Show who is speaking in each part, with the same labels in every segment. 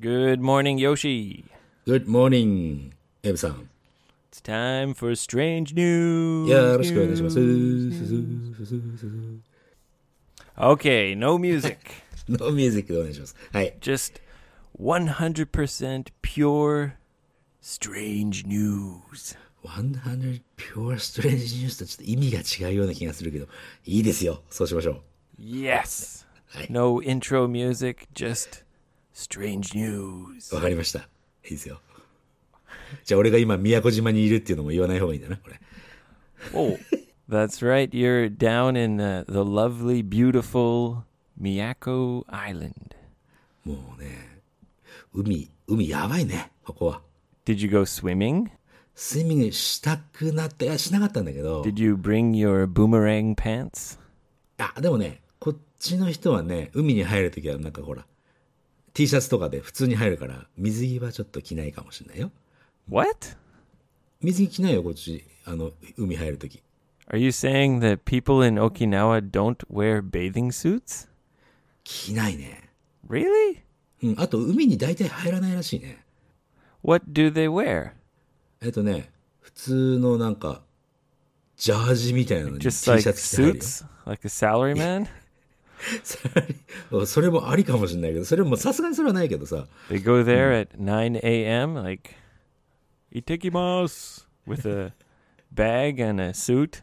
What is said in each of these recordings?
Speaker 1: Good morning, Yoshi.
Speaker 2: Good morning, エブさん。
Speaker 1: It's time for strange news.
Speaker 2: よろしくお願いします。
Speaker 1: Okay, no music.
Speaker 2: ノーミュージックでお願いします。はい。
Speaker 1: Just 100% pure strange news.
Speaker 2: 100 Pure Strange News とちょっと意味が違うような気がするけど、いいですよ。そうしましょ
Speaker 1: Yes.
Speaker 2: Hey.
Speaker 1: No intro music, just strange news.
Speaker 2: う。わかりました。いいですよ。じゃあ俺が今、宮古島にいるっていうのも言わない方がいいんだな、これ。
Speaker 1: Oh, that's right. You're down in uh, the lovely, beautiful Miyako Island.
Speaker 2: もうね、海、海やばいね、ここは。
Speaker 1: Did you go swimming?
Speaker 2: スイミングしたくなった、いや、しなかったんだけど、
Speaker 1: Did you bring your boomerang pants?
Speaker 2: あ、でもね、こっちの人はね、海に入るときはなんかほら、T シャツとかで普通に入るから、水着はちょっと着ないかもしれないよ。
Speaker 1: What?
Speaker 2: 水着着ないよ、こっち、あの、海入るとき。
Speaker 1: Are you saying that people in Okinawa don't wear bathing suits?
Speaker 2: 着ないね。
Speaker 1: Really?
Speaker 2: うん、あと海に大体入らないらしいね。
Speaker 1: What do they wear?
Speaker 2: えっとね、普通のなんか、ジャージみたいなのに T シ
Speaker 1: Just
Speaker 2: ャ
Speaker 1: like
Speaker 2: ツ着て入るよ。
Speaker 1: suits? Like a salaryman?
Speaker 2: サラリー それもありかもしれないけど、それもさすがにそれはないけどさ、
Speaker 1: they go there at 9 a.m. like itekimasu with a bag and a suit.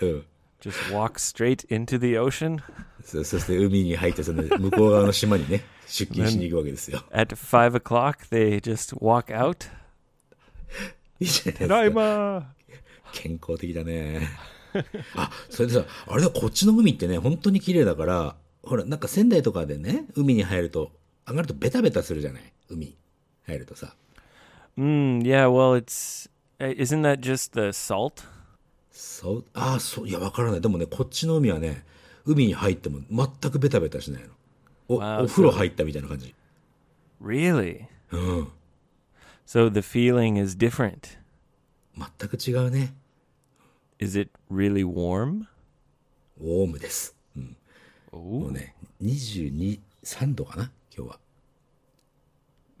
Speaker 2: うん。
Speaker 1: Just walk straight into the ocean.
Speaker 2: そそして海に入って、その向こう側の島にね、出勤しに行くわけですよ。
Speaker 1: At 5 o'clock, they just walk out.
Speaker 2: いいじ ゃないですか。
Speaker 1: Daima!
Speaker 2: 健康的だね。あ、それでさ、あれだ、こっちの海ってね、本当に綺麗だから、ほら、なんか仙台とかでね、海に入ると、上がるとベタベタするじゃない海入るとさ。
Speaker 1: Mm, yeah, well, it's. uh, Isn't that just the salt?
Speaker 2: そう、ああ、そう、いや、わからない。でもね、こっちの海はね、海に入っても全くベタベタしないの。お、
Speaker 1: わあ
Speaker 2: お風呂入ったみたいな感じ。
Speaker 1: Really?
Speaker 2: うん。
Speaker 1: So the feeling is different.
Speaker 2: 全く違うね。
Speaker 1: Is it really warm?
Speaker 2: ウォームです。うん。もうね、22、3度かな今日は。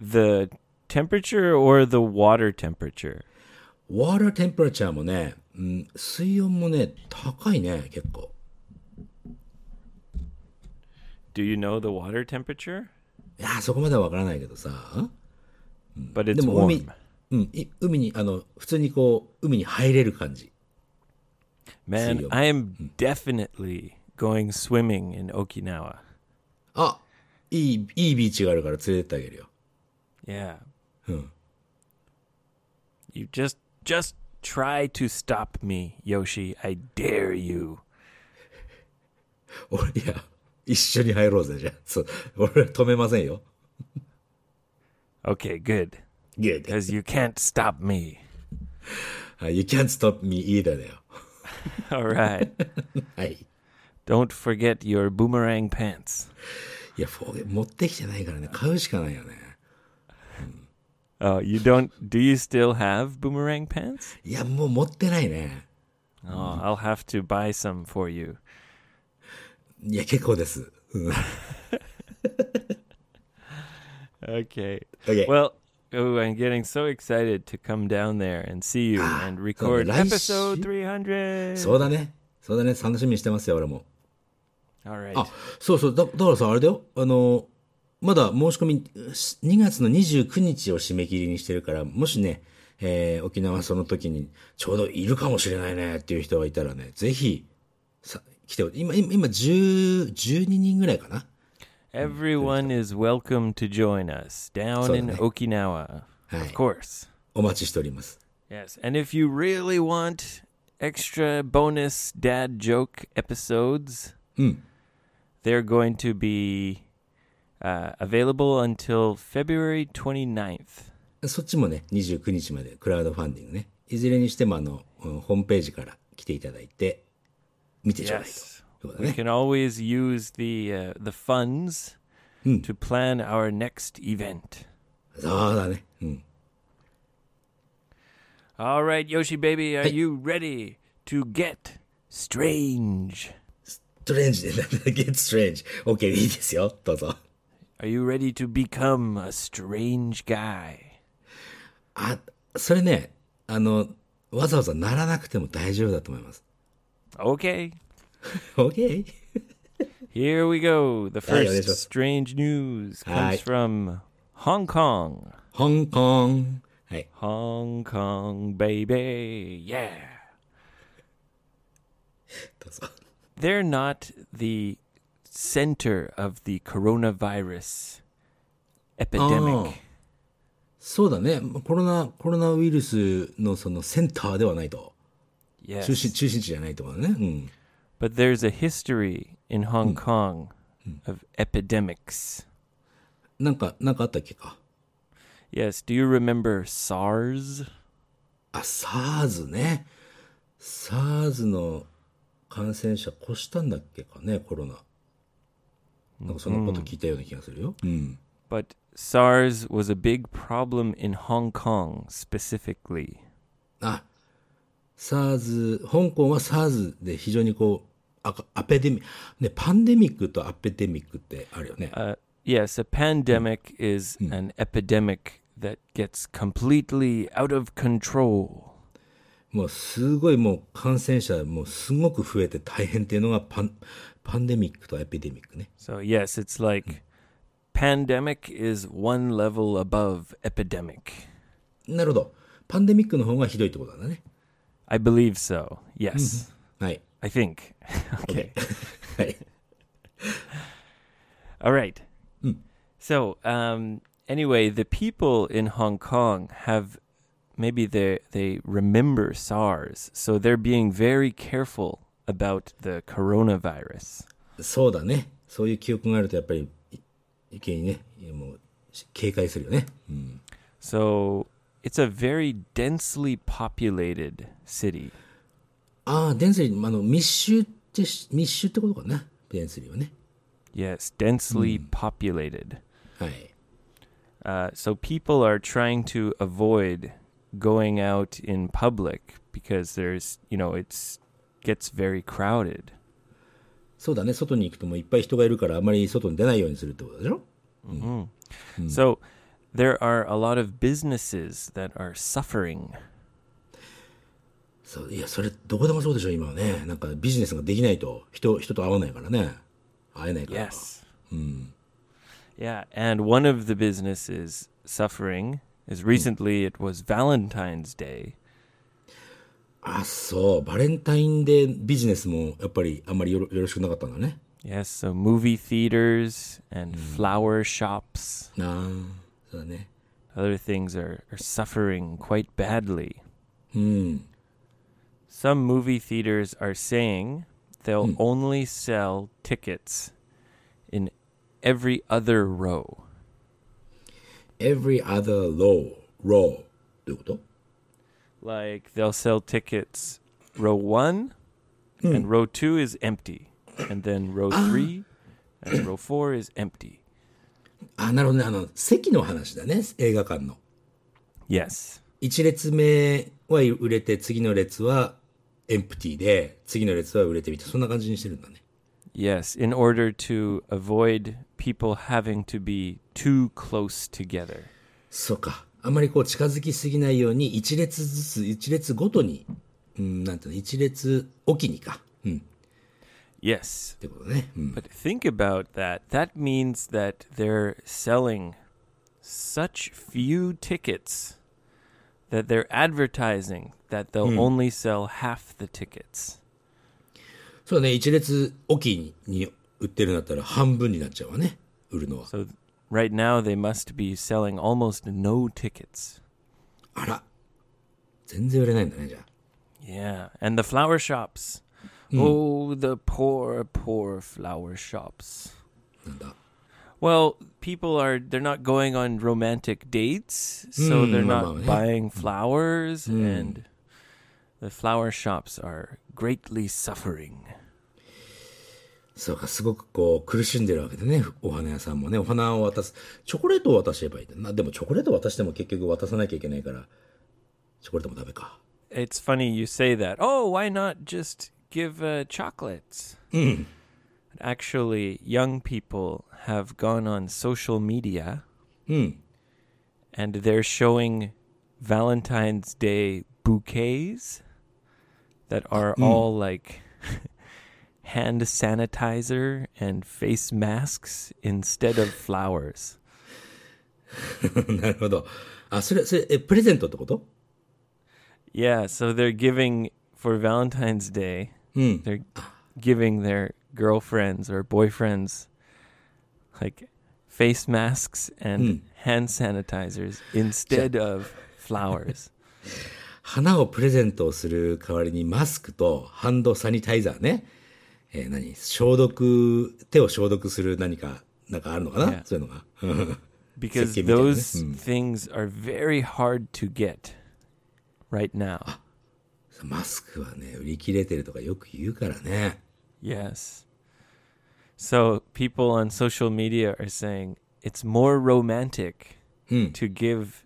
Speaker 1: The temperature or the water temperature?
Speaker 2: ウォーターテンプレチャーもね、うん、水温もね、高いね、結構。
Speaker 1: Do you know the water temperature?
Speaker 2: いやー、そこまではわからないけどさ。
Speaker 1: But
Speaker 2: で
Speaker 1: it's
Speaker 2: も海
Speaker 1: warm.、
Speaker 2: うん、い海に、あの、普通にこう、海に入れる感じ。
Speaker 1: Man,
Speaker 2: Seal.
Speaker 1: I am definitely going swimming in Okinawa.
Speaker 2: あいい、いいビーチがあるから連れてってあげるよ。
Speaker 1: Yeah.
Speaker 2: Hmm.
Speaker 1: You just just try to stop me, Yoshi. I dare you.
Speaker 2: 俺、いや、一緒に入ろうぜ、じゃあ。そう、俺は止めませんよ。
Speaker 1: Okay, good.
Speaker 2: いや、で
Speaker 1: Because you can't stop me.
Speaker 2: You can't stop me either だよ。
Speaker 1: All right.
Speaker 2: はい。
Speaker 1: Don't forget your boomerang pants.
Speaker 2: いや、フォーゲ持ってきてないからね、買うしかないよね。
Speaker 1: Oh, you don't? Do you still have boomerang pants?
Speaker 2: いや、もう持ってないね。
Speaker 1: Oh, I'll have to buy some for you.
Speaker 2: いや、結構です。うん
Speaker 1: Okay.
Speaker 2: Okay.
Speaker 1: Well, oh, I'm getting so excited to come down there and see you and record
Speaker 2: nice.
Speaker 1: episode 300.
Speaker 2: そうだね。そうだね。楽しみにしてますよ、俺も。
Speaker 1: All right.
Speaker 2: あ、そうそう。だだからさ、あれだよ。あの、まだ申し込み、す2月の29日を締め切りにしてるから、もしね、えー沖縄その時にちょうどいるかもしれないねっていう人がいたらね、ぜひ、さ、来てお、今、今、今、10、12人ぐらいかな。
Speaker 1: Everyone is welcome to join us down in Okinawa.
Speaker 2: Hi.
Speaker 1: Of course.
Speaker 2: お待ちしております。
Speaker 1: Yes. And if you really want extra bonus dad joke episodes, they're going to be uh, available until February 29th.
Speaker 2: そっちもね、29日までクラウドファンディングね。いずれにしても、あの、うんホームページから来ていただいて、見てちょうだいと。そうだ
Speaker 1: We
Speaker 2: ね。
Speaker 1: can always use the uh, the funds to plan our next event.
Speaker 2: そうだね。うん。
Speaker 1: All right, Yoshi baby, are you ready to get strange?
Speaker 2: ストレンジで、なんだ、ゲットストレンジ。OK、いいですよ。どうぞ。
Speaker 1: Are Are you ready to become a strange guy?
Speaker 2: あ、それね、あの、わざわざならなくても大丈夫だと思います。
Speaker 1: Okay,
Speaker 2: OK?
Speaker 1: here we go. The
Speaker 2: はい、お願いします。
Speaker 1: first strange news comes
Speaker 2: はい。
Speaker 1: from Hong Kong.
Speaker 2: 香港。はい。
Speaker 1: Hong Kong, baby. Yeah.
Speaker 2: どうぞ。
Speaker 1: They're not the center of the coronavirus epidemic.
Speaker 2: そうだね。コロナ、コロナウイルスのそのセンターではないと。
Speaker 1: Yes.
Speaker 2: 中心、中心地じゃないとことだね。うん。
Speaker 1: But there's a history in Hong Kong of epidemics.
Speaker 2: なんか、なんかあったっけか。
Speaker 1: Yes, do you remember SARS?
Speaker 2: あ、SARS ね。SARS の感染者越したんだっけかね、コロナ。なんかそのこと聞いたような気がするよ。うん。
Speaker 1: But SARS was a big problem in Hong Kong specifically.
Speaker 2: あ、SARS、香港は SARS で非常にこう、あかアペデミね、パンデミックとアペデミックってあるよね。
Speaker 1: Uh, yes, a pandemic is an epidemic that gets completely out of control.
Speaker 2: もうすごいもう感染者もうすごく増えて大変っていうのがパン、パンデミックとエピデミックね。
Speaker 1: So, yes, it's like pandemic is one level above epidemic.
Speaker 2: なるほど。パンデミックの方がひどいってことだね。
Speaker 1: I believe so. Yes,
Speaker 2: はい。
Speaker 1: I think. okay.
Speaker 2: はい。
Speaker 1: All right. So, um, anyway, the people in Hong Kong have maybe they they remember SARS, so they're being very careful about the coronavirus.
Speaker 2: そうだね。そういう記憶があるとやっぱり、い余計にね、いやもうし警戒するよね。うん。
Speaker 1: So it's a very densely populated city.
Speaker 2: ああ、デンスリー、あの、密集ってし、密集ってことかな。デンスリーはね。
Speaker 1: Yes, densely populated.
Speaker 2: はい。
Speaker 1: Uh, so people are trying to avoid going out in public because there's you know it's gets very crowded.
Speaker 2: そうだね。外に行くともういっぱい人がいるからあまり外に出ないようにするってことでしょ
Speaker 1: So there are a lot of businesses that are suffering.
Speaker 2: そう、いや、それ、どこでもそうでしょ、今はね。なんかビジネスができないと、人、人と会わないからね。会えないから。
Speaker 1: Yes. Yeah, and one of the businesses suffering is recently it was Valentine's Day.
Speaker 2: あ、そう。バレンタインデービジネスも、やっぱりあんまりよろよろしくなかったんだね。
Speaker 1: Yes, so movie theaters and flower shops,
Speaker 2: ああ、そうだね。
Speaker 1: other things are, are suffering quite badly.
Speaker 2: うん。
Speaker 1: Some movie theaters are saying they'll only sell tickets in every other row.
Speaker 2: every other row, row. どういうこと
Speaker 1: like they'll sell tickets row one and row two is empty and then row three and row four is empty
Speaker 2: あ、なるほどね。あの、席の話だね。映画館の。
Speaker 1: yes
Speaker 2: 一列目は売れて、次の列はエンプティで、次の列は売れてみたいな。そんな感じにしてるんだね。
Speaker 1: yes in order to avoid people having to be too close together
Speaker 2: そうか。あまりこう近づきすぎないように、一列ずつ、一列ごとに、うん、なんていうの、一列おきにか。うん。っ
Speaker 1: yes
Speaker 2: てことね。うん。
Speaker 1: but think about that that means that they're selling such few tickets that they're advertising that they'll only sell half the tickets
Speaker 2: そうね、一列おきに売ってるんだったら半分になっちゃうわね。売るのは。
Speaker 1: So th- right now they must be selling almost no tickets.
Speaker 2: あら。全然売れないんだね、じゃあ。
Speaker 1: Yeah, and the flower shops. Oh, the poor, poor flower shops.
Speaker 2: なんだ。
Speaker 1: Well, people are they're not going on romantic dates, so they're
Speaker 2: well,
Speaker 1: not
Speaker 2: well, yeah.
Speaker 1: buying flowers and the flower shops are greatly suffering.
Speaker 2: そうか、すごくこう、苦しんでるわけでね、お花屋さんもね、お花を渡す。チョコレートを渡せばいいんだな。でもチョコレート渡しても結局渡さなきゃいけないから、チョコレートもダメか。
Speaker 1: It's funny you say that. Oh, why not just give uh, chocolates? Actually, young people have gone on social media
Speaker 2: うん。
Speaker 1: and they're showing Valentine's Day bouquets that are all like hand sanitizer and face masks instead of flowers.
Speaker 2: なるほど。あ、それ、それ、え、プレゼントってこと
Speaker 1: Yeah, so they're giving for Valentine's Day,
Speaker 2: うん。
Speaker 1: they're giving their girlfriends or boyfriends like face masks and hand sanitizers instead of flowers.
Speaker 2: 花をプレゼントをする代わりにマスクとハンドサニタイザーね。えー何消毒、手を消毒する何か、なんかあるのかな、
Speaker 1: Yeah.
Speaker 2: そういうのが。うん
Speaker 1: because
Speaker 2: 石鹸みたいなね。
Speaker 1: those things are very hard to get right now.
Speaker 2: マスクはね、売り切れてるとかよく言うからね。
Speaker 1: Yes. So people on social media are saying it's more romantic to give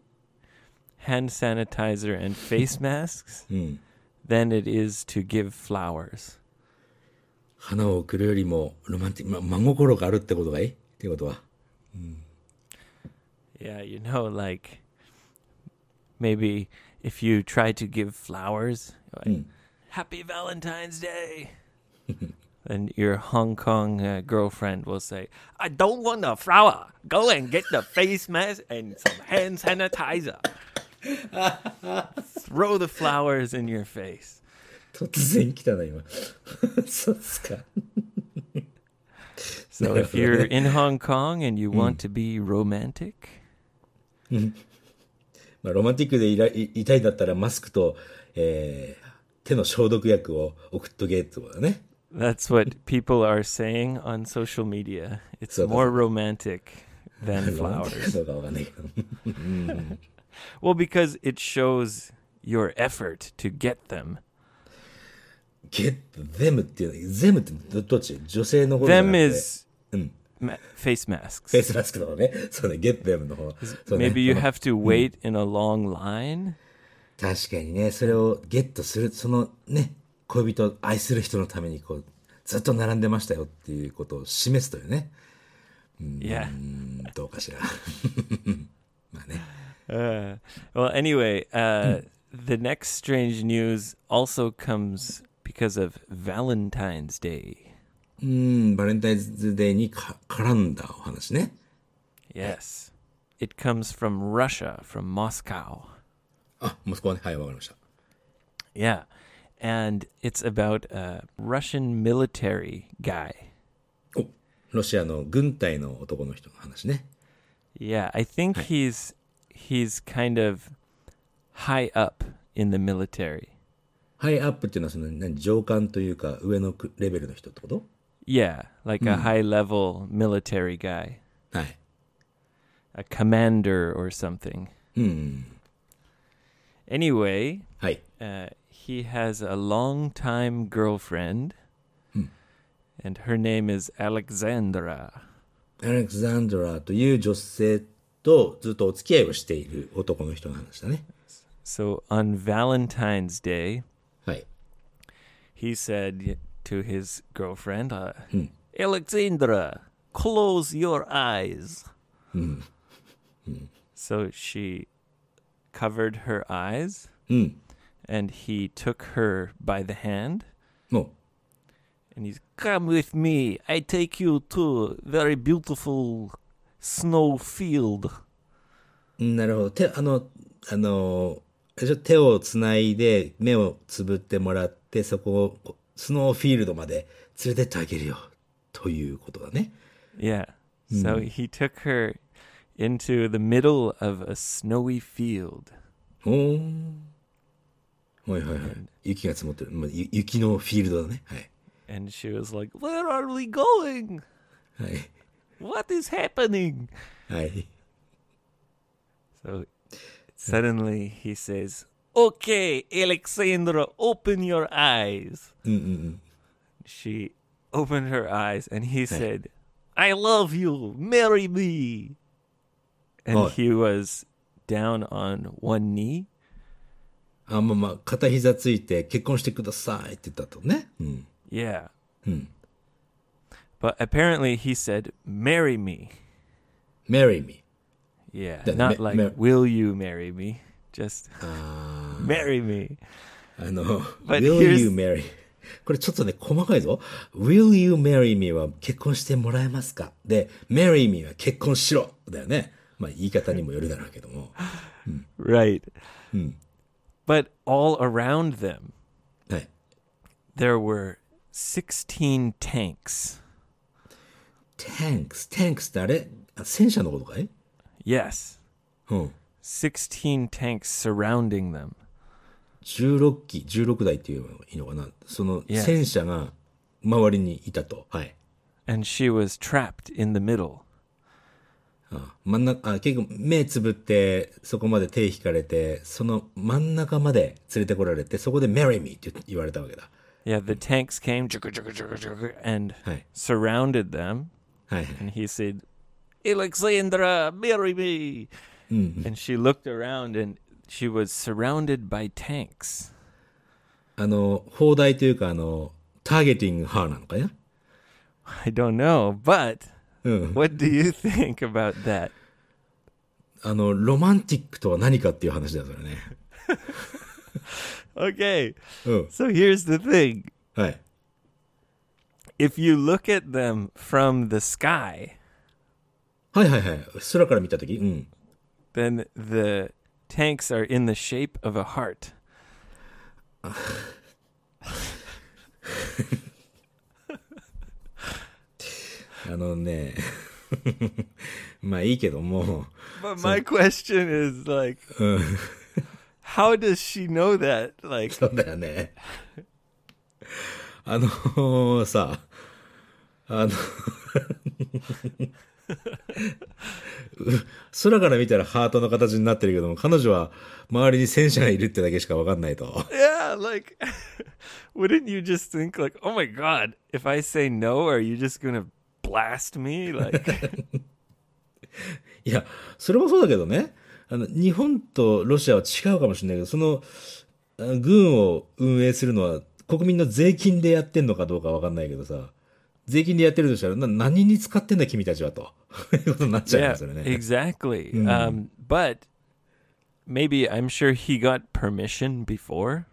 Speaker 1: hand sanitizer and face masks than it is to give flowers.
Speaker 2: 花を贈るよりもロマンティック、ま、真心があるってことがいいっていうことは。
Speaker 1: Yeah, you know, like maybe if you try to give flowers, like, Happy Valentine's Day, and your Hong Kong uh, girlfriend will say, I don't want a flower. Go and get the face mask and some hand sanitizer. Throw the flowers in your face.
Speaker 2: 突然来たな、今。 そうっすか。
Speaker 1: So if you're in Hong Kong and you want to be romantic,
Speaker 2: まあ、ロマンティックでいらいいたいんだったらマスクと、えー手の消毒薬を送っとけってことだね。
Speaker 1: That's what people are saying on social media. It's
Speaker 2: So that's-
Speaker 1: more romantic than
Speaker 2: ロマンティッ
Speaker 1: flowers.
Speaker 2: クなのかわかんないけど。
Speaker 1: Well, because it shows your effort to get them.
Speaker 2: get them っていうの、them ってどどっち女性の方じゃなく
Speaker 1: Them
Speaker 2: て
Speaker 1: is ma- face masks.
Speaker 2: フェイスマスクの方ね。 そうね、get them の方。そうね
Speaker 1: Maybe you have to wait in a long line.
Speaker 2: 確かにね、それをゲットする、そのね、恋人、愛する人のためにこう、ずっと並んでましたよっていうことを示すというね。
Speaker 1: Yeah.
Speaker 2: うん、どうかしら。 まあね。
Speaker 1: Uh, well, anyway, uh, the next strange news also comes because of Valentine's Day.
Speaker 2: うん、バレンタインズデーにか絡んだお話ね。
Speaker 1: Yes. It comes from Russia, from Moscow.
Speaker 2: あ、もうそこはね、はい、わかりました。
Speaker 1: Yeah. And it's about a Russian military guy.
Speaker 2: お、ロシアの軍隊の男の人の話ね。
Speaker 1: Yeah, I think he's he's kind of high up in the military.
Speaker 2: ハイアップっていうのはその何上官というか上のくレベルの人ってこと
Speaker 1: Yeah, like a high level military guy,
Speaker 2: はい。
Speaker 1: a commander or something. Hmm. Anyway,
Speaker 2: はい。
Speaker 1: uh, he has a long-time girlfriend, and her name is Alexandra.
Speaker 2: アレクサンドラという女性とずっとお付き合いをしている男の人の話だね。
Speaker 1: So on Valentine's Day,
Speaker 2: はい。
Speaker 1: he said to his girlfriend, uh, Alexandra, close your eyes. So she covered her eyes and he took her by the hand
Speaker 2: もう、
Speaker 1: and he's, Come with me. I take you to very beautiful snow field.
Speaker 2: うんなるほど。手、あの、あの、あれでしょ手をつないで目をつぶってもらって、そこをこうスノーフィールドまで連れてってあげるよ。ということだね。
Speaker 1: Yeah. So he took her into the middle of a snowy field.
Speaker 2: おーん。はいはいはい。雪が積もってる。まあ、ゆ雪のフィールドだね。はい。
Speaker 1: And she was like, Where are we going?
Speaker 2: はい。
Speaker 1: What is happening?
Speaker 2: はい。
Speaker 1: So suddenly he says, Okay, Alexandra, open your eyes.
Speaker 2: うんうんうん。
Speaker 1: She opened her eyes and he said, I love you. Marry me. And
Speaker 2: Oh.
Speaker 1: he was down on one knee.
Speaker 2: あ、まあまあ、片膝ついて結婚してくださいって言ったとね。うん。
Speaker 1: Yeah. But apparently he said, marry me.
Speaker 2: marry me.
Speaker 1: Yeah.
Speaker 2: That-
Speaker 1: not
Speaker 2: ma- Uh,
Speaker 1: like,
Speaker 2: mar-
Speaker 1: will you marry me? Just, marry me.
Speaker 2: あの、
Speaker 1: But
Speaker 2: will
Speaker 1: here's-
Speaker 2: you marry? これちょっとね、細かいぞ。will you marry me は結婚してもらえますかで、marry me は結婚しろだよね。まあ言い方にもよるだろうけども。
Speaker 1: Right. But all around them,
Speaker 2: はい。
Speaker 1: there were 16 tanks.
Speaker 2: tanks, tanks ってあれあ戦車のことかい
Speaker 1: Yes.
Speaker 2: うん。
Speaker 1: 16 tanks surrounding them.
Speaker 2: 16機、16台っていうのがいいのかなその
Speaker 1: Yes.
Speaker 2: 戦車が周りにいたと。はい。
Speaker 1: And she was trapped in the middle.
Speaker 2: あ真ん中、あ、結構目つぶって、そこまで手引かれて、その真ん中まで連れてこられて、そこで marry me って言われたわけだ。
Speaker 1: Yeah, the tanks came chugga, chugga, chugga, chugga, and
Speaker 2: はい。
Speaker 1: surrounded them.
Speaker 2: はいはい。
Speaker 1: And he said, Alexandra, marry me. And she looked around and she was surrounded by tanks.
Speaker 2: あの、砲台というか、あの、ターゲティングハーなのかな
Speaker 1: I don't know, but
Speaker 2: うん。
Speaker 1: what do you think about that?
Speaker 2: あの、ロマンティックとは何かっていう話だからね。
Speaker 1: Okay,
Speaker 2: うん。
Speaker 1: so here's the thing
Speaker 2: はい。
Speaker 1: if you look at them from the sky,
Speaker 2: はいはいはい。空から見たとき、うん。
Speaker 1: then the tanks are in the shape of a heart.
Speaker 2: あのね、 まあいいけども、
Speaker 1: But my question is like, how does she know that? Like,
Speaker 2: そうだよね。あのさ、あの、空から見たらハートの形になってるけども、彼女は周りに戦車がいるってだけしかわかんないと。
Speaker 1: yeah, like, wouldn't you just think like, oh my god, if I say no, are you just gonna blast me? Like,
Speaker 2: いや、それもそうだけどね。あの、日本とロシアは違うかもしれないけど、その、あの軍を運営するのは国民の税金でやってんのかどうかわかんないけどさ、税金でやってるとしたら、な何に使ってんだ君たちはと。 いうことになっちゃう
Speaker 1: yeah,
Speaker 2: よ、それね。
Speaker 1: exactly. Um, but maybe I'm sure he got permission before.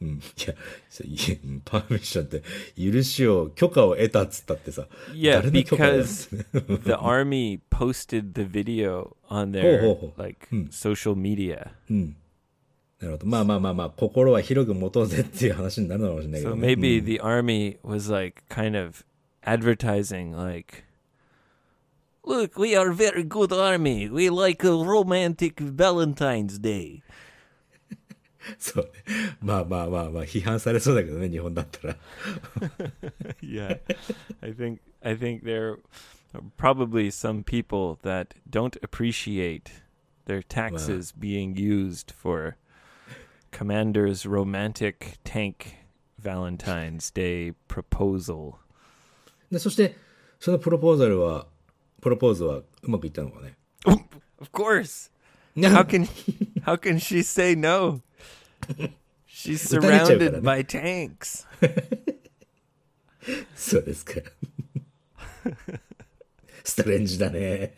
Speaker 2: うん。いや、そういやうんパーミッションって、許しを、許可を得たっつったってさ、
Speaker 1: Yeah,
Speaker 2: 誰の許可だよ
Speaker 1: because the army posted the video on
Speaker 2: ho,
Speaker 1: their
Speaker 2: ho. Hmm.
Speaker 1: like social media.
Speaker 2: なるほど。まあまあまあまあ、心は広く持とうぜっていう話になるのかもしれないけ
Speaker 1: So
Speaker 2: ど、ね。
Speaker 1: maybe the army was like kind of advertising, like, look, we are very good army. We like a romantic Valentine's Day.
Speaker 2: そうね。まあまあまあまあ、批判されそうだけどね、日本だったら。
Speaker 1: Yeah, I think I think there are probably some people that don't appreciate their taxes being used for commander's romantic tank Valentine's Day proposal.
Speaker 2: で、そして、そのプロポーザルは、プロポーズはうまくいったのかね。
Speaker 1: Of course.
Speaker 2: ね
Speaker 1: How can how can she say no? She's
Speaker 2: 撃たれちゃうからね。
Speaker 1: surrounded by tanks.
Speaker 2: そうで すか。ストレンジだね。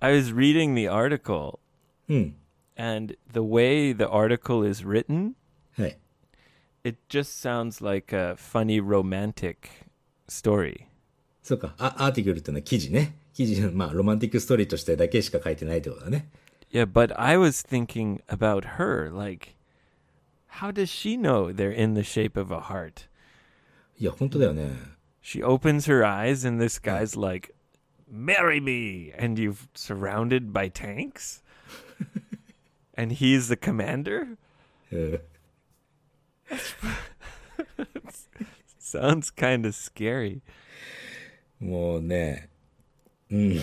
Speaker 1: I was reading the article,
Speaker 2: うん。
Speaker 1: and the way the article is written,
Speaker 2: はい。
Speaker 1: it just sounds like a funny romantic story.
Speaker 2: そうか。あ、アーティクルっていうのは記事ね。記事、まあ、ロマンティックストーリーとしてだけしか書いてないってことだね。
Speaker 1: Yeah, but I was thinking about her, like, how does she know they're in the shape of a heart?
Speaker 2: いや、本当だよね。
Speaker 1: She opens her eyes, and this guy's like, Marry me! And you've surrounded by tanks? and he's the commander?
Speaker 2: うん。
Speaker 1: Sounds kind of scary.
Speaker 2: もうね、うん。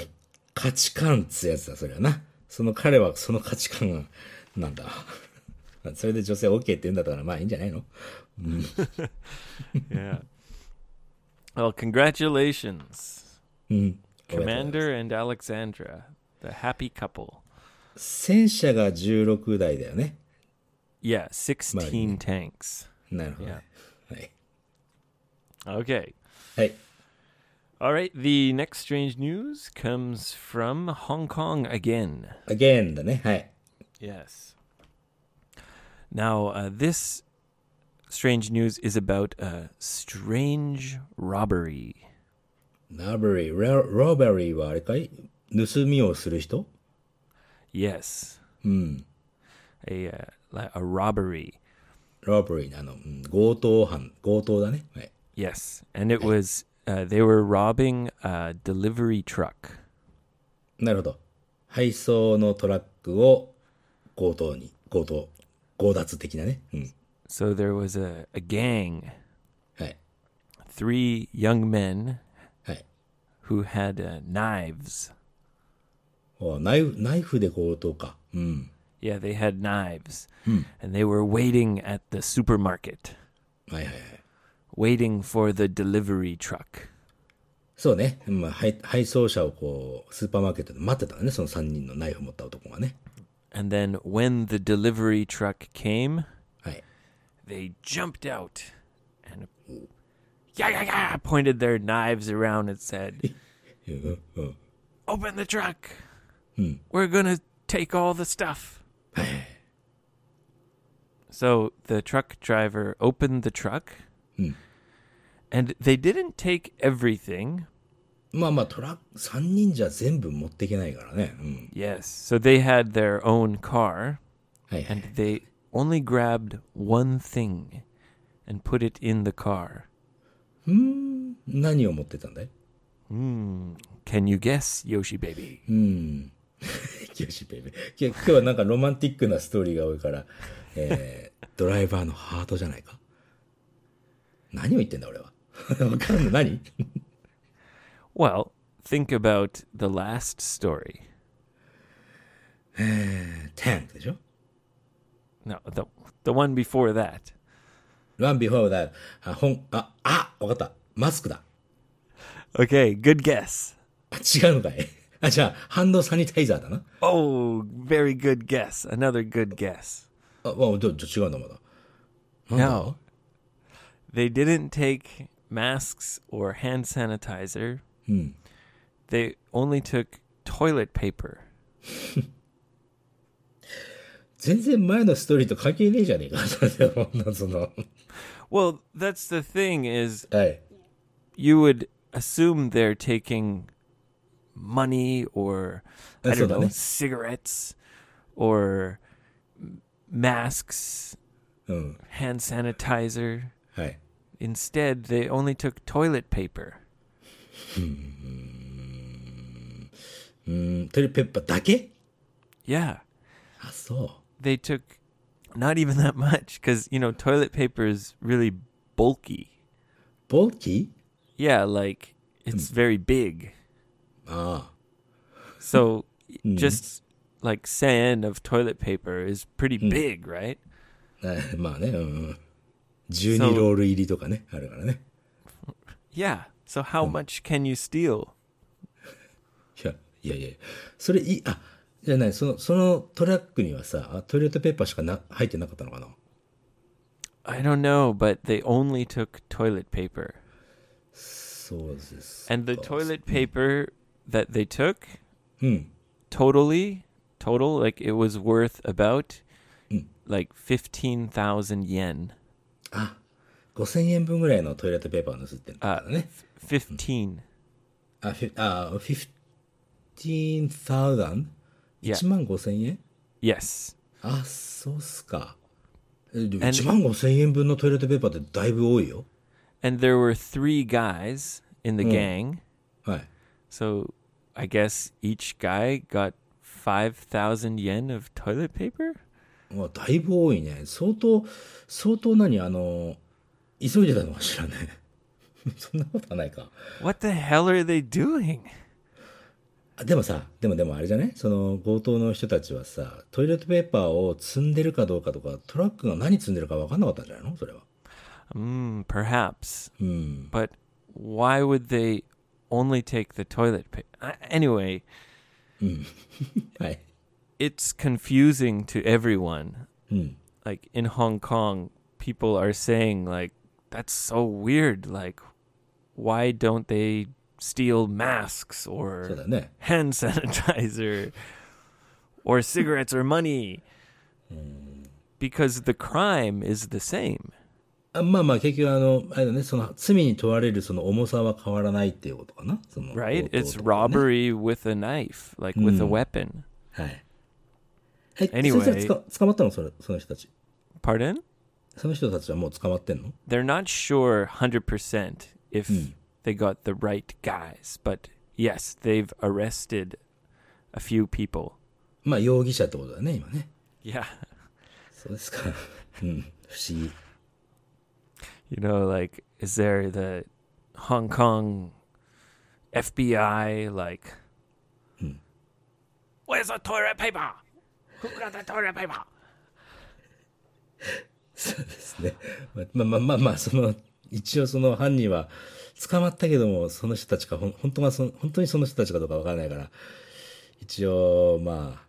Speaker 2: 価値観っつやつだ、それはな。その彼はその価値観が、なんだ。 それで女性 OK って言うんだったから、まあいいんじゃないの
Speaker 1: Yeah. well, congratulations,
Speaker 2: うん。
Speaker 1: Commander and Alexandra, the happy couple.
Speaker 2: 戦車が16台だよね。
Speaker 1: Yeah, 16 tanks.
Speaker 2: なるほど
Speaker 1: Yeah.
Speaker 2: ね。はい。
Speaker 1: Okay.
Speaker 2: はい。
Speaker 1: All right, the next strange news comes from Hong Kong again.
Speaker 2: again だね。はい。
Speaker 1: Yes. Now, uh, this strange news is about a strange robbery.
Speaker 2: robbery, ro- robbery はあれかい盗みをする人
Speaker 1: Yes. Hmm. A uh, li- a robbery.
Speaker 2: ?robbery あの、うん強盗犯、強盗だね。はい。
Speaker 1: Yes, and it was uh, they were robbing a delivery truck.
Speaker 2: なるほど。配送のトラックを強盗に、強盗、強奪的なね。うん。
Speaker 1: So there was a, a gang,
Speaker 2: はい。
Speaker 1: three young men
Speaker 2: はい。
Speaker 1: who had uh, knives.
Speaker 2: おナイフ、ナイフで強盗か。うん。
Speaker 1: Yeah, they had knives, and they were waiting at the supermarket,
Speaker 2: はいはいはい。
Speaker 1: waiting for the delivery truck.
Speaker 2: そうね。まあ、配配送車をこう、スーパーマーケットで待ってたのね。その3人のナイフ持った男がね。
Speaker 1: And then when the delivery truck came,
Speaker 2: はい。
Speaker 1: they jumped out and yeah, yeah, yeah, pointed their knives around and said,
Speaker 2: うんうん。
Speaker 1: "Open the truck. We're gonna take all the stuff." so the truck driver opened the truck, and they didn't take everything.
Speaker 2: まあまあ、トラック、3人じゃ全部持っていけないからね。うん。
Speaker 1: Yes, so they had their own car,
Speaker 2: はいはい
Speaker 1: and。they only grabbed one thing and put it in the car.
Speaker 2: 何を持ってたんだい
Speaker 1: Can you guess, Yoshi baby?
Speaker 2: キヨシベイベーき今日はなんかロマンティックなストーリーが多いから、えー、ドライバーのハートじゃないか何を言ってんだ俺は。 わかんない。何
Speaker 1: Well, think about the last story.
Speaker 2: ?10 でしょ
Speaker 1: No, the the one before that.
Speaker 2: ?1 before that. あ、ほん、あ、あ、わかった。マスクだ。
Speaker 1: Okay, good guess.
Speaker 2: あ、違うのかいあ、じゃあ、ハンドサニタイザーだな。
Speaker 1: Oh, very good guess. Another good guess.
Speaker 2: あ、まあ、じゃあじゃあ違うんだ、まだ。
Speaker 1: No. They didn't take masks or hand sanitizer. They only took toilet paper.
Speaker 2: 全然前のストーリーと関係ねえじゃねえか。 そんな、その。
Speaker 1: Well, that's the thing is
Speaker 2: はい。
Speaker 1: you would assume they're taking money or I
Speaker 2: That's
Speaker 1: don't
Speaker 2: what I
Speaker 1: know
Speaker 2: mean.
Speaker 1: cigarettes or m- masks,
Speaker 2: うん。
Speaker 1: hand sanitizer.
Speaker 2: はい。
Speaker 1: Instead, they only took toilet paper.
Speaker 2: うん、トイレペッパーだけ
Speaker 1: Yeah,
Speaker 2: あ、そう。
Speaker 1: they took not even that much because you know toilet paper is really bulky.
Speaker 2: ボッキー
Speaker 1: Yeah, like it's very big.
Speaker 2: ああ。
Speaker 1: So just like sand of toilet paper is pretty big, right?
Speaker 2: え まあね、うんうん。12ロール入りとかね、あるからね。
Speaker 1: Yeah. So how much can you steal?
Speaker 2: いや、いやいやそれいい、あ、じゃない、その、そのトラックにはさ、あトイレットペーパーしかな入ってなかったのかな
Speaker 1: I don't know, but they only took toilet paper.
Speaker 2: そうです。
Speaker 1: And the toilet paper that they took
Speaker 2: うん。
Speaker 1: totally total like it was worth about like 15,000 yen.
Speaker 2: あ、5000円分ぐらいのトイレットペーパーを盗ってんだ
Speaker 1: Uh,
Speaker 2: からね。
Speaker 1: 15.
Speaker 2: あ、フィあ、15,000?1
Speaker 1: Yeah.
Speaker 2: 万5000円
Speaker 1: Yes.
Speaker 2: あ、そうっすか。えでも1万5000円分のトイレットペーパーってだいぶ多いよ。
Speaker 1: And there were 3 guys in the gang.
Speaker 2: はい。
Speaker 1: So I guess each guy got 5,000 yen of toilet paper?
Speaker 2: まあ、だいぶ多いね。相当、相当何あの、急い でたのかしらね。そんなことはないか。
Speaker 1: What the hell are they doing?
Speaker 2: あでもさ、でもでもあれじゃねその強盗の人たちはさ、トイレットペーパーを積んでるかどうかとか、トラックが何積んでるか分かんなかったんじゃないのそれは。
Speaker 1: Mm, perhaps.
Speaker 2: うん。
Speaker 1: But why would they only take the toilet paper? Uh, anyway,
Speaker 2: はい。
Speaker 1: it's confusing to everyone.
Speaker 2: うん。
Speaker 1: Like in Hong Kong, people are saying like that's so weird. Like why don't they steal masks or
Speaker 2: そうだね。
Speaker 1: hand sanitizer or cigarettes or money because the crime is the same.
Speaker 2: あまあまあ、結局、あの、あれだね、その、罪に問われるその重さは変わらないっていうことかな。その、
Speaker 1: right?
Speaker 2: 強盗
Speaker 1: It's
Speaker 2: とかね
Speaker 1: robbery with a knife, like with a weapon.
Speaker 2: はい。え、
Speaker 1: Anyway
Speaker 2: そいつら捕捕まったのそれ、その人たち。
Speaker 1: Pardon?
Speaker 2: その人たちはもう捕まってんの
Speaker 1: They're not sure 100% if they got the right guys, but yes, they've arrested a few people.
Speaker 2: まあ、容疑者ってことだね、今ね。
Speaker 1: Yeah.
Speaker 2: そうですか。 うん。不思議。
Speaker 1: You know, like, is there the Hong Kong FBI, like, where's the toilet paper? Who got the toilet paper?
Speaker 2: そうですね。まあまあまあまあ、その、一応その犯人は捕まったけども、その人たちか、ほん本当がその、本当にその人たちかどうかわからないから、一応、まあ、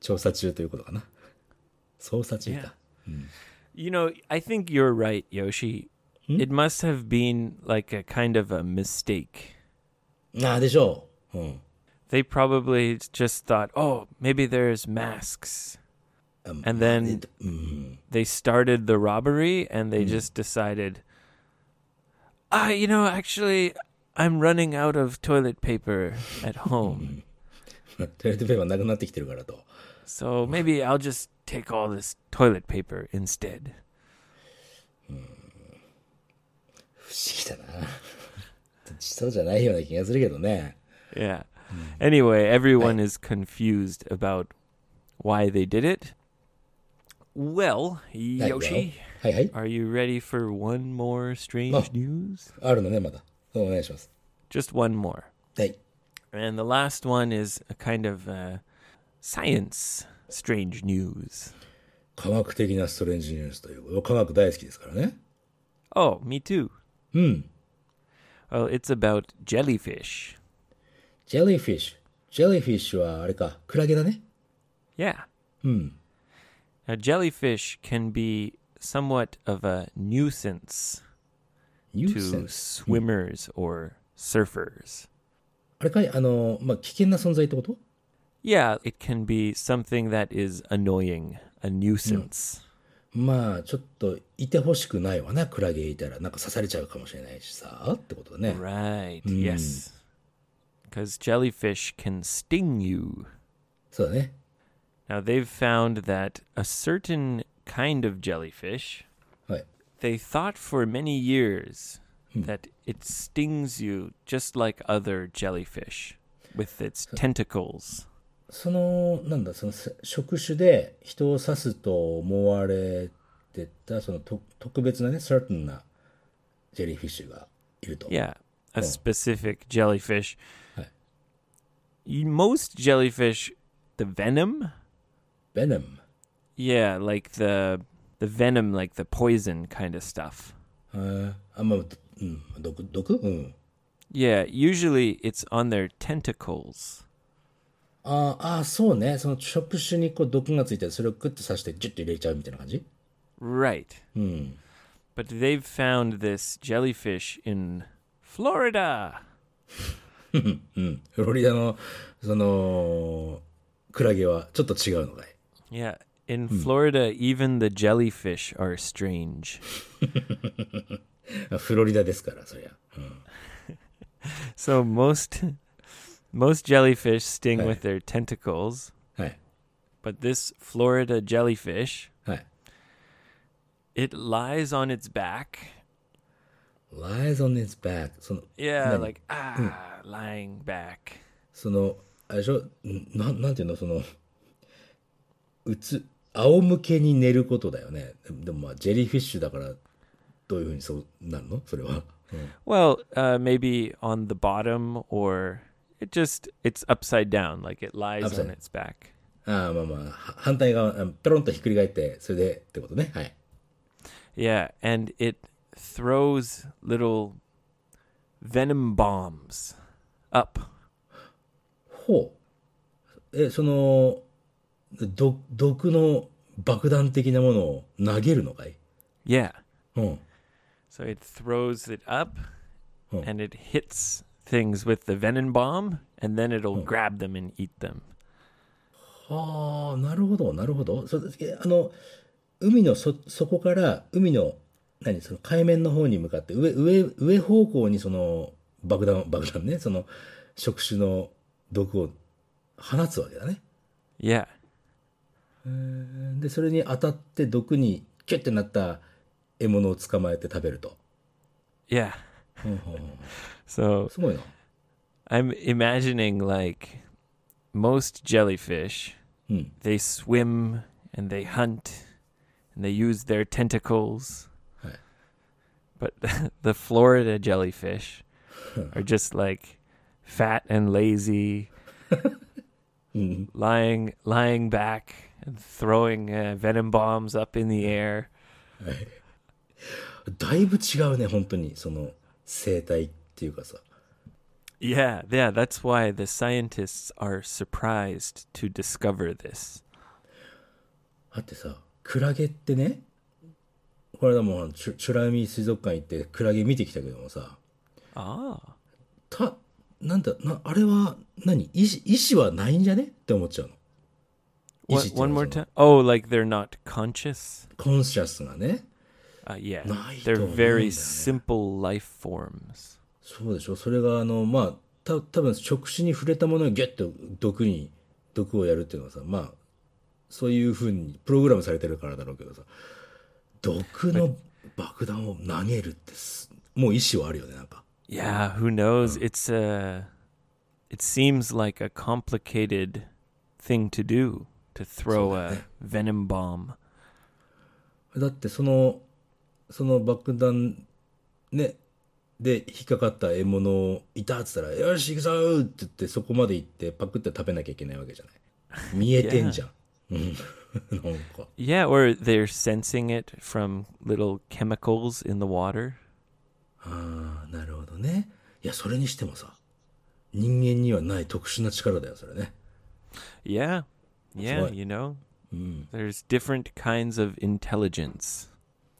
Speaker 2: 調査中ということかな。捜査中か。
Speaker 1: You know, I think you're right, Yoshi. It must have been like a kind of a mistake.
Speaker 2: ああ、でしょう。うん。
Speaker 1: They probably just thought, oh, maybe there's masks.
Speaker 2: Um,
Speaker 1: and then they started the robbery and they just decided, ah, you know, actually, I'm running out of toilet paper at home.
Speaker 2: トイレットペーパーなくなってきてるからと。
Speaker 1: so maybe I'll just take all this toilet paper instead.
Speaker 2: 不思議だな。そうじゃないような気がするけどね。
Speaker 1: Yeah. Anyway, everyone is confused about why they did it. Well,
Speaker 2: はい
Speaker 1: Yoshi,
Speaker 2: はいはい。
Speaker 1: are you ready for one more strange
Speaker 2: Oh.
Speaker 1: news?
Speaker 2: あるのね、まだ。お願いします。
Speaker 1: Just one more.
Speaker 2: はい。
Speaker 1: And the last one is a kind of uh, science strange news.
Speaker 2: 科学的なストレンジニュースということ。科学大好きですからね。
Speaker 1: Oh, me too.
Speaker 2: うん。
Speaker 1: Well, it's about jellyfish.
Speaker 2: ジェリーフィッシュ。ジェリーフィッシュはあれか、クラゲだね。
Speaker 1: Yeah. Hmm. Now, jellyfish can be somewhat of a nuisance.
Speaker 2: ニューセ
Speaker 1: to
Speaker 2: ンス。
Speaker 1: swimmers or surfers.
Speaker 2: あれかいあの、まあ、危険な存在ってこと
Speaker 1: Yeah, it can be something that is annoying, a nuisance.
Speaker 2: まあ、ちょっと、いてほしくないわな、クラゲいたら。なんか刺されちゃうかもしれないしさ、ってことだね。
Speaker 1: Right, yes. Because jellyfish can sting you.
Speaker 2: そうだね。
Speaker 1: Now, they've found that a certain kind of jellyfish,
Speaker 2: はい。
Speaker 1: they thought for many years that it stings you just like other jellyfish with its tentacles.
Speaker 2: その、なんだ、その、せ触手で人を刺すと思われてた、その、と特別なね、サーテンなジェリーフィッシュがいると。
Speaker 1: Yeah, a specific jellyfish.
Speaker 2: Hi.
Speaker 1: You- Most jellyfish, the venom,
Speaker 2: ベネム。
Speaker 1: yeah, like the the venom, like the poison kind of stuff.
Speaker 2: あーあ、まあ、どうん、毒、毒うん。
Speaker 1: Yeah, usually it's on their tentacles.
Speaker 2: あーあー、そうね。その触手にこう毒がついて、それをグッと刺して、ジュッと入れちゃうみたいな感じ
Speaker 1: Right. But they've found this jellyfish in Florida.
Speaker 2: フロリダの、その、クラゲはちょっと違うのかい。
Speaker 1: Yeah, in Florida, even the jellyfish are strange.
Speaker 2: あフロリダですから、そりゃ。
Speaker 1: So most most jellyfish sting with their tentacles.
Speaker 2: はい。
Speaker 1: But this Florida jellyfish,
Speaker 2: はい。
Speaker 1: it lies on its back.
Speaker 2: lies on its back. その、
Speaker 1: Yeah, like ah, lying back.
Speaker 2: その、あれでしょんな、なんていうの、その、うつ、仰向けに寝ることだよね。でもまあ、ジェリーフィッシュだから、どういうふうにそうなるのそれは。うん、
Speaker 1: Well, uh, maybe on the bottom, or it just it's upside down, like it lies on
Speaker 2: Upside.
Speaker 1: its back.
Speaker 2: ああ、まあまあ、は反対側、あペロンとひっくり返って、それでってことね。はい。
Speaker 1: Yeah, and it throws little venom bombs up.
Speaker 2: ほう。え、その、ど毒の爆弾的なものを投げるのかい
Speaker 1: Yeah,
Speaker 2: うん。
Speaker 1: so it throws it up,
Speaker 2: Oh.
Speaker 1: and it hits things with the venom bomb, and then it'll grab them and eat them.
Speaker 2: はあ、なるほど、なるほど。そうえあの、海のそ、そこから、海の、何、その海面の方に向かって、上、上、上方向にその、爆弾、爆弾ね、その、触手の毒を放つわけだね。
Speaker 1: Yeah.
Speaker 2: で、それに当たって毒に、キュッてなった獲物を捕まえて食べると。
Speaker 1: Yeah. so
Speaker 2: すごいな。
Speaker 1: I'm imagining like most jellyfish, they swim and they hunt and they use their tentacles.
Speaker 2: Right.
Speaker 1: But the Florida jellyfish are just like fat and lazy, lying lying back and throwing uh, venom bombs up in the air.
Speaker 2: だいぶ違うね、本当に。その、生態っていうかさ。
Speaker 1: Yeah, yeah, that's why the scientists are surprised to discover this.
Speaker 2: だってさ、クラゲってね、これだもん、チュチュラミ水族館行ってクラゲ見てきたけどもさ、
Speaker 1: Ah.
Speaker 2: た、なんだ、な、あれは何、意志、意志はないんじゃねって思っちゃうの。意
Speaker 1: One,
Speaker 2: 志っていう
Speaker 1: one
Speaker 2: の
Speaker 1: more
Speaker 2: はその
Speaker 1: time. Oh, like they're not conscious.
Speaker 2: コンシャスがね、
Speaker 1: Uh, yeah,
Speaker 2: Night
Speaker 1: they're
Speaker 2: of
Speaker 1: very
Speaker 2: Wonder.
Speaker 1: simple life forms.
Speaker 2: そうでしょそれがあの、まあ、た、多分触手に触れたものをギュッと毒に、毒をやるっていうのはさ、まあ、そういうふうにプログラムされてるからだろうけどさ、毒の爆弾を投げるってす、もう意志はあるよね、なんか。
Speaker 1: Yeah, who knows? It's a. It seems like a complicated thing to do to throw a venom bomb.
Speaker 2: だってそのその爆弾ねで引っかかった獲物をいたっつったら「よし行くぞ!」って言ってそこまで行ってパクって食べなきゃいけないわけじゃない見えてんじゃんうんなん か
Speaker 1: Yeah, or they're sensing it from little chemicals in the water.
Speaker 2: ああなるほどねいやそれにしてもさ人間にはない特殊な力だよそれね
Speaker 1: Yeah, yeah,
Speaker 2: right.
Speaker 1: you know, there's different kinds of intelligence.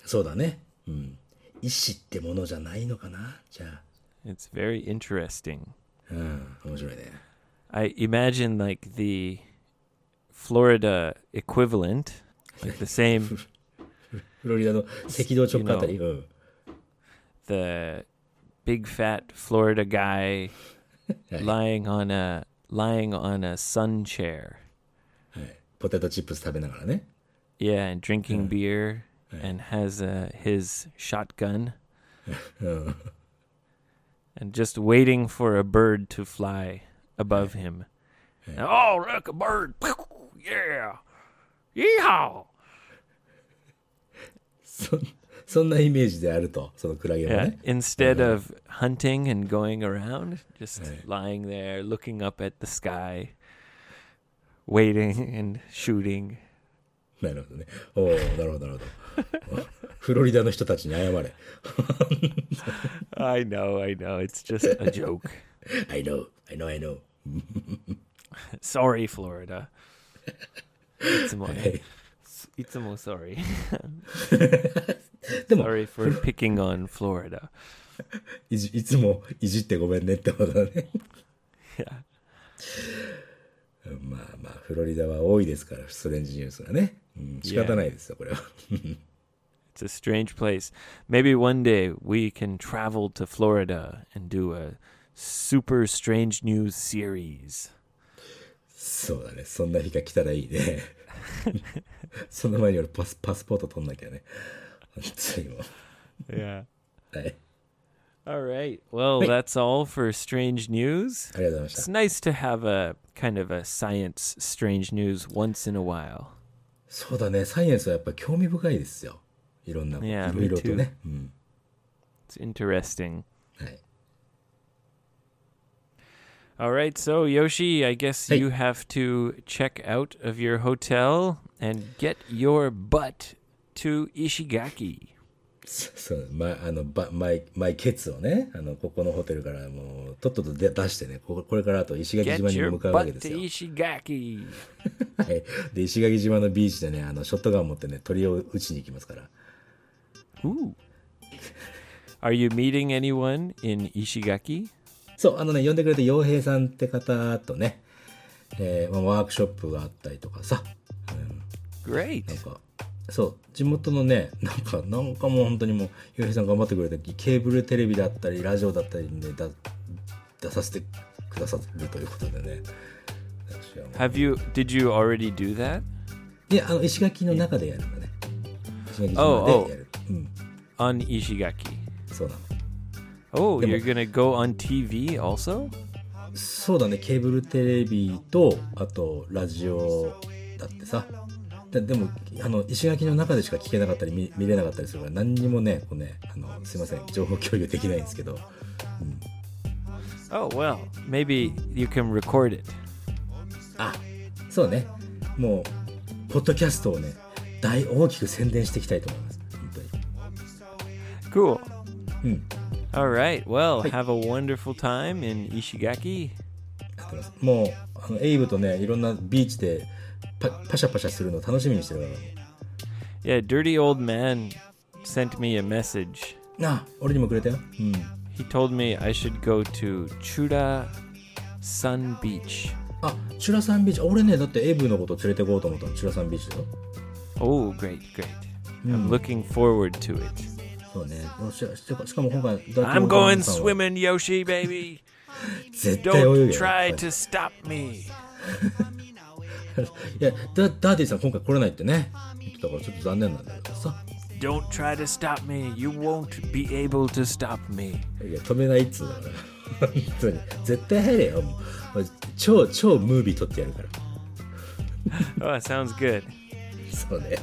Speaker 2: そうだねうん意志ってものじゃないのかなじゃ
Speaker 1: It's very interesting.
Speaker 2: あうん面白いね
Speaker 1: I imagine like the Florida equivalent, like the same
Speaker 2: フロリダの赤道直下あたり、うん
Speaker 1: the big fat Florida guy
Speaker 2: Right.
Speaker 1: lying on a lying on a sun chair.
Speaker 2: はい、ポテトチップス食べながらね
Speaker 1: Yeah, and drinking beer and has uh, his shotgun. and just waiting for a bird to fly above him. Oh, look, a bird. Yeah. Yeehaw.
Speaker 2: そそんなイメージであると、そのクラゲは
Speaker 1: Yeah.
Speaker 2: ね。
Speaker 1: Instead of hunting and going around, just lying there, looking up at the sky, waiting and shooting.
Speaker 2: なるほどね。おおなるほど、なるほど。 フロリダの人たちに謝れ。
Speaker 1: I know, I know. It's just a joke.
Speaker 2: I know, I know, I know.
Speaker 1: Sorry, Florida. いつもね。
Speaker 2: はい。
Speaker 1: いつも sorry.
Speaker 2: でも
Speaker 1: sorry for picking on Florida.
Speaker 2: いじ、いつもいじってごめんねってことだね。
Speaker 1: Yeah.
Speaker 2: まあまあ、フロリダは多いですから、ストレンジニュースがね。うん、仕方ないですよ、これは。
Speaker 1: It's a strange place. Maybe one day we can travel to Florida and do a super strange news series.
Speaker 2: そうだね。そんな日が来たらいい ね。その前に俺パス、パスポート取んなきゃね。本当にも
Speaker 1: Yeah.
Speaker 2: うはい。
Speaker 1: All right. Well, that's all for strange news.
Speaker 2: ありがとうございま
Speaker 1: It's
Speaker 2: した。
Speaker 1: nice to have a kind of a science strange news once in a while.
Speaker 2: そうだね。サイエンスはやっぱ興味深いですよ。いろんなこと、い
Speaker 1: Yeah,
Speaker 2: ろいろとね。うん。
Speaker 1: It's interesting.
Speaker 2: はい。
Speaker 1: All right, so Yoshi, I guess
Speaker 2: Hey.
Speaker 1: you have to check out of your hotel and get your butt to Ishigaki.
Speaker 2: そう、ま、あの、ば、マイ、マイケツをね、あの、ここのホテルからもう、とっとと出出してね、ここれからあと石垣
Speaker 1: Get
Speaker 2: 島に
Speaker 1: your
Speaker 2: 向かうわけ
Speaker 1: butt
Speaker 2: で
Speaker 1: to
Speaker 2: すよ。
Speaker 1: Ishigaki.
Speaker 2: はい。 で、石垣島のビーチでね、あの、ショットガン持ってね、鳥を撃ちに行きますから。
Speaker 1: Ooh. Are you meeting anyone in Ishigaki?
Speaker 2: そう、あのね、呼んでくれた洋平さんって方とね、えーまあ、ワークショップがあったりとかさ、
Speaker 1: Great.
Speaker 2: なんか、そう、地元のね、なんか、なんかもう本当にもう、洋平さん頑張ってくれて、ケーブルテレビだったり、ラジオだったりで、だ出させてくださるということでね。私はもう
Speaker 1: Have you? Did you already do that
Speaker 2: いや、あの、石垣の中でやるんだね。石垣島でやる。うん、
Speaker 1: on Ishigaki?
Speaker 2: そうなの。
Speaker 1: Oh, you're gonna go on TV also?
Speaker 2: そうだねケーブルテレビとあとラジオだってさででもあの石垣の中でしか聞けなかったり見見れなかったりするから何にもねこうねあのすいません情報共有できないんですけど
Speaker 1: Oh well, maybe you can record it.
Speaker 2: あそうねもうポッドキャストをね大大きく宣伝していきたいと思います本当に
Speaker 1: Cool.
Speaker 2: Hmm.
Speaker 1: All right. Well, have a wonderful time in Ishigaki.
Speaker 2: やってますもうあのエイブとねいろんなビーチでパパシャパシャするの楽しみにしてるから
Speaker 1: Yeah, dirty old man sent me a message.
Speaker 2: なあ俺にもくれたようん
Speaker 1: He told me I should go to Chura Sun Beach.
Speaker 2: あチュラサンビーチ俺ねだってエイブのこと連れてこうと思ったのチュラサンビーチだよ
Speaker 1: Oh, great, great. I'm looking forward to it.
Speaker 2: そうね。もうししかしかも今回、
Speaker 1: I'm going swimming, Yoshi, baby.
Speaker 2: 絶対泳ぐ
Speaker 1: Don't
Speaker 2: よ。
Speaker 1: try to stop me.
Speaker 2: いやダ、ダーティさん今回来れないってね。だからちょっと残念なんだけどさ。
Speaker 1: Don't try to stop me. You won't be able to stop me.
Speaker 2: いや、止めないっつうのから。本当に。絶対入れよ。もう超、超ムービー撮ってやるから。
Speaker 1: Oh, that sounds good.
Speaker 2: そうね。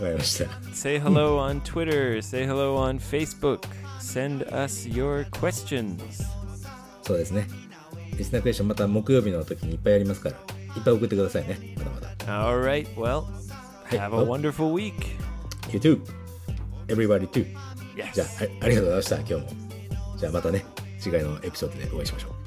Speaker 2: わかりました。
Speaker 1: Say hello on Twitter. Say hello on Facebook. Send us your questions.
Speaker 2: そうですね。リスナークエスションまた木曜日の時にいっぱいやりますから。いっぱい送ってくださいね。まだまだ。
Speaker 1: All right. Well, have a wonderful week.
Speaker 2: You too. Everybody too. じゃ
Speaker 1: Yes.
Speaker 2: あ、あありがとうございました。今日も。じゃあまたね、次回のエピソードでお会いしましょう。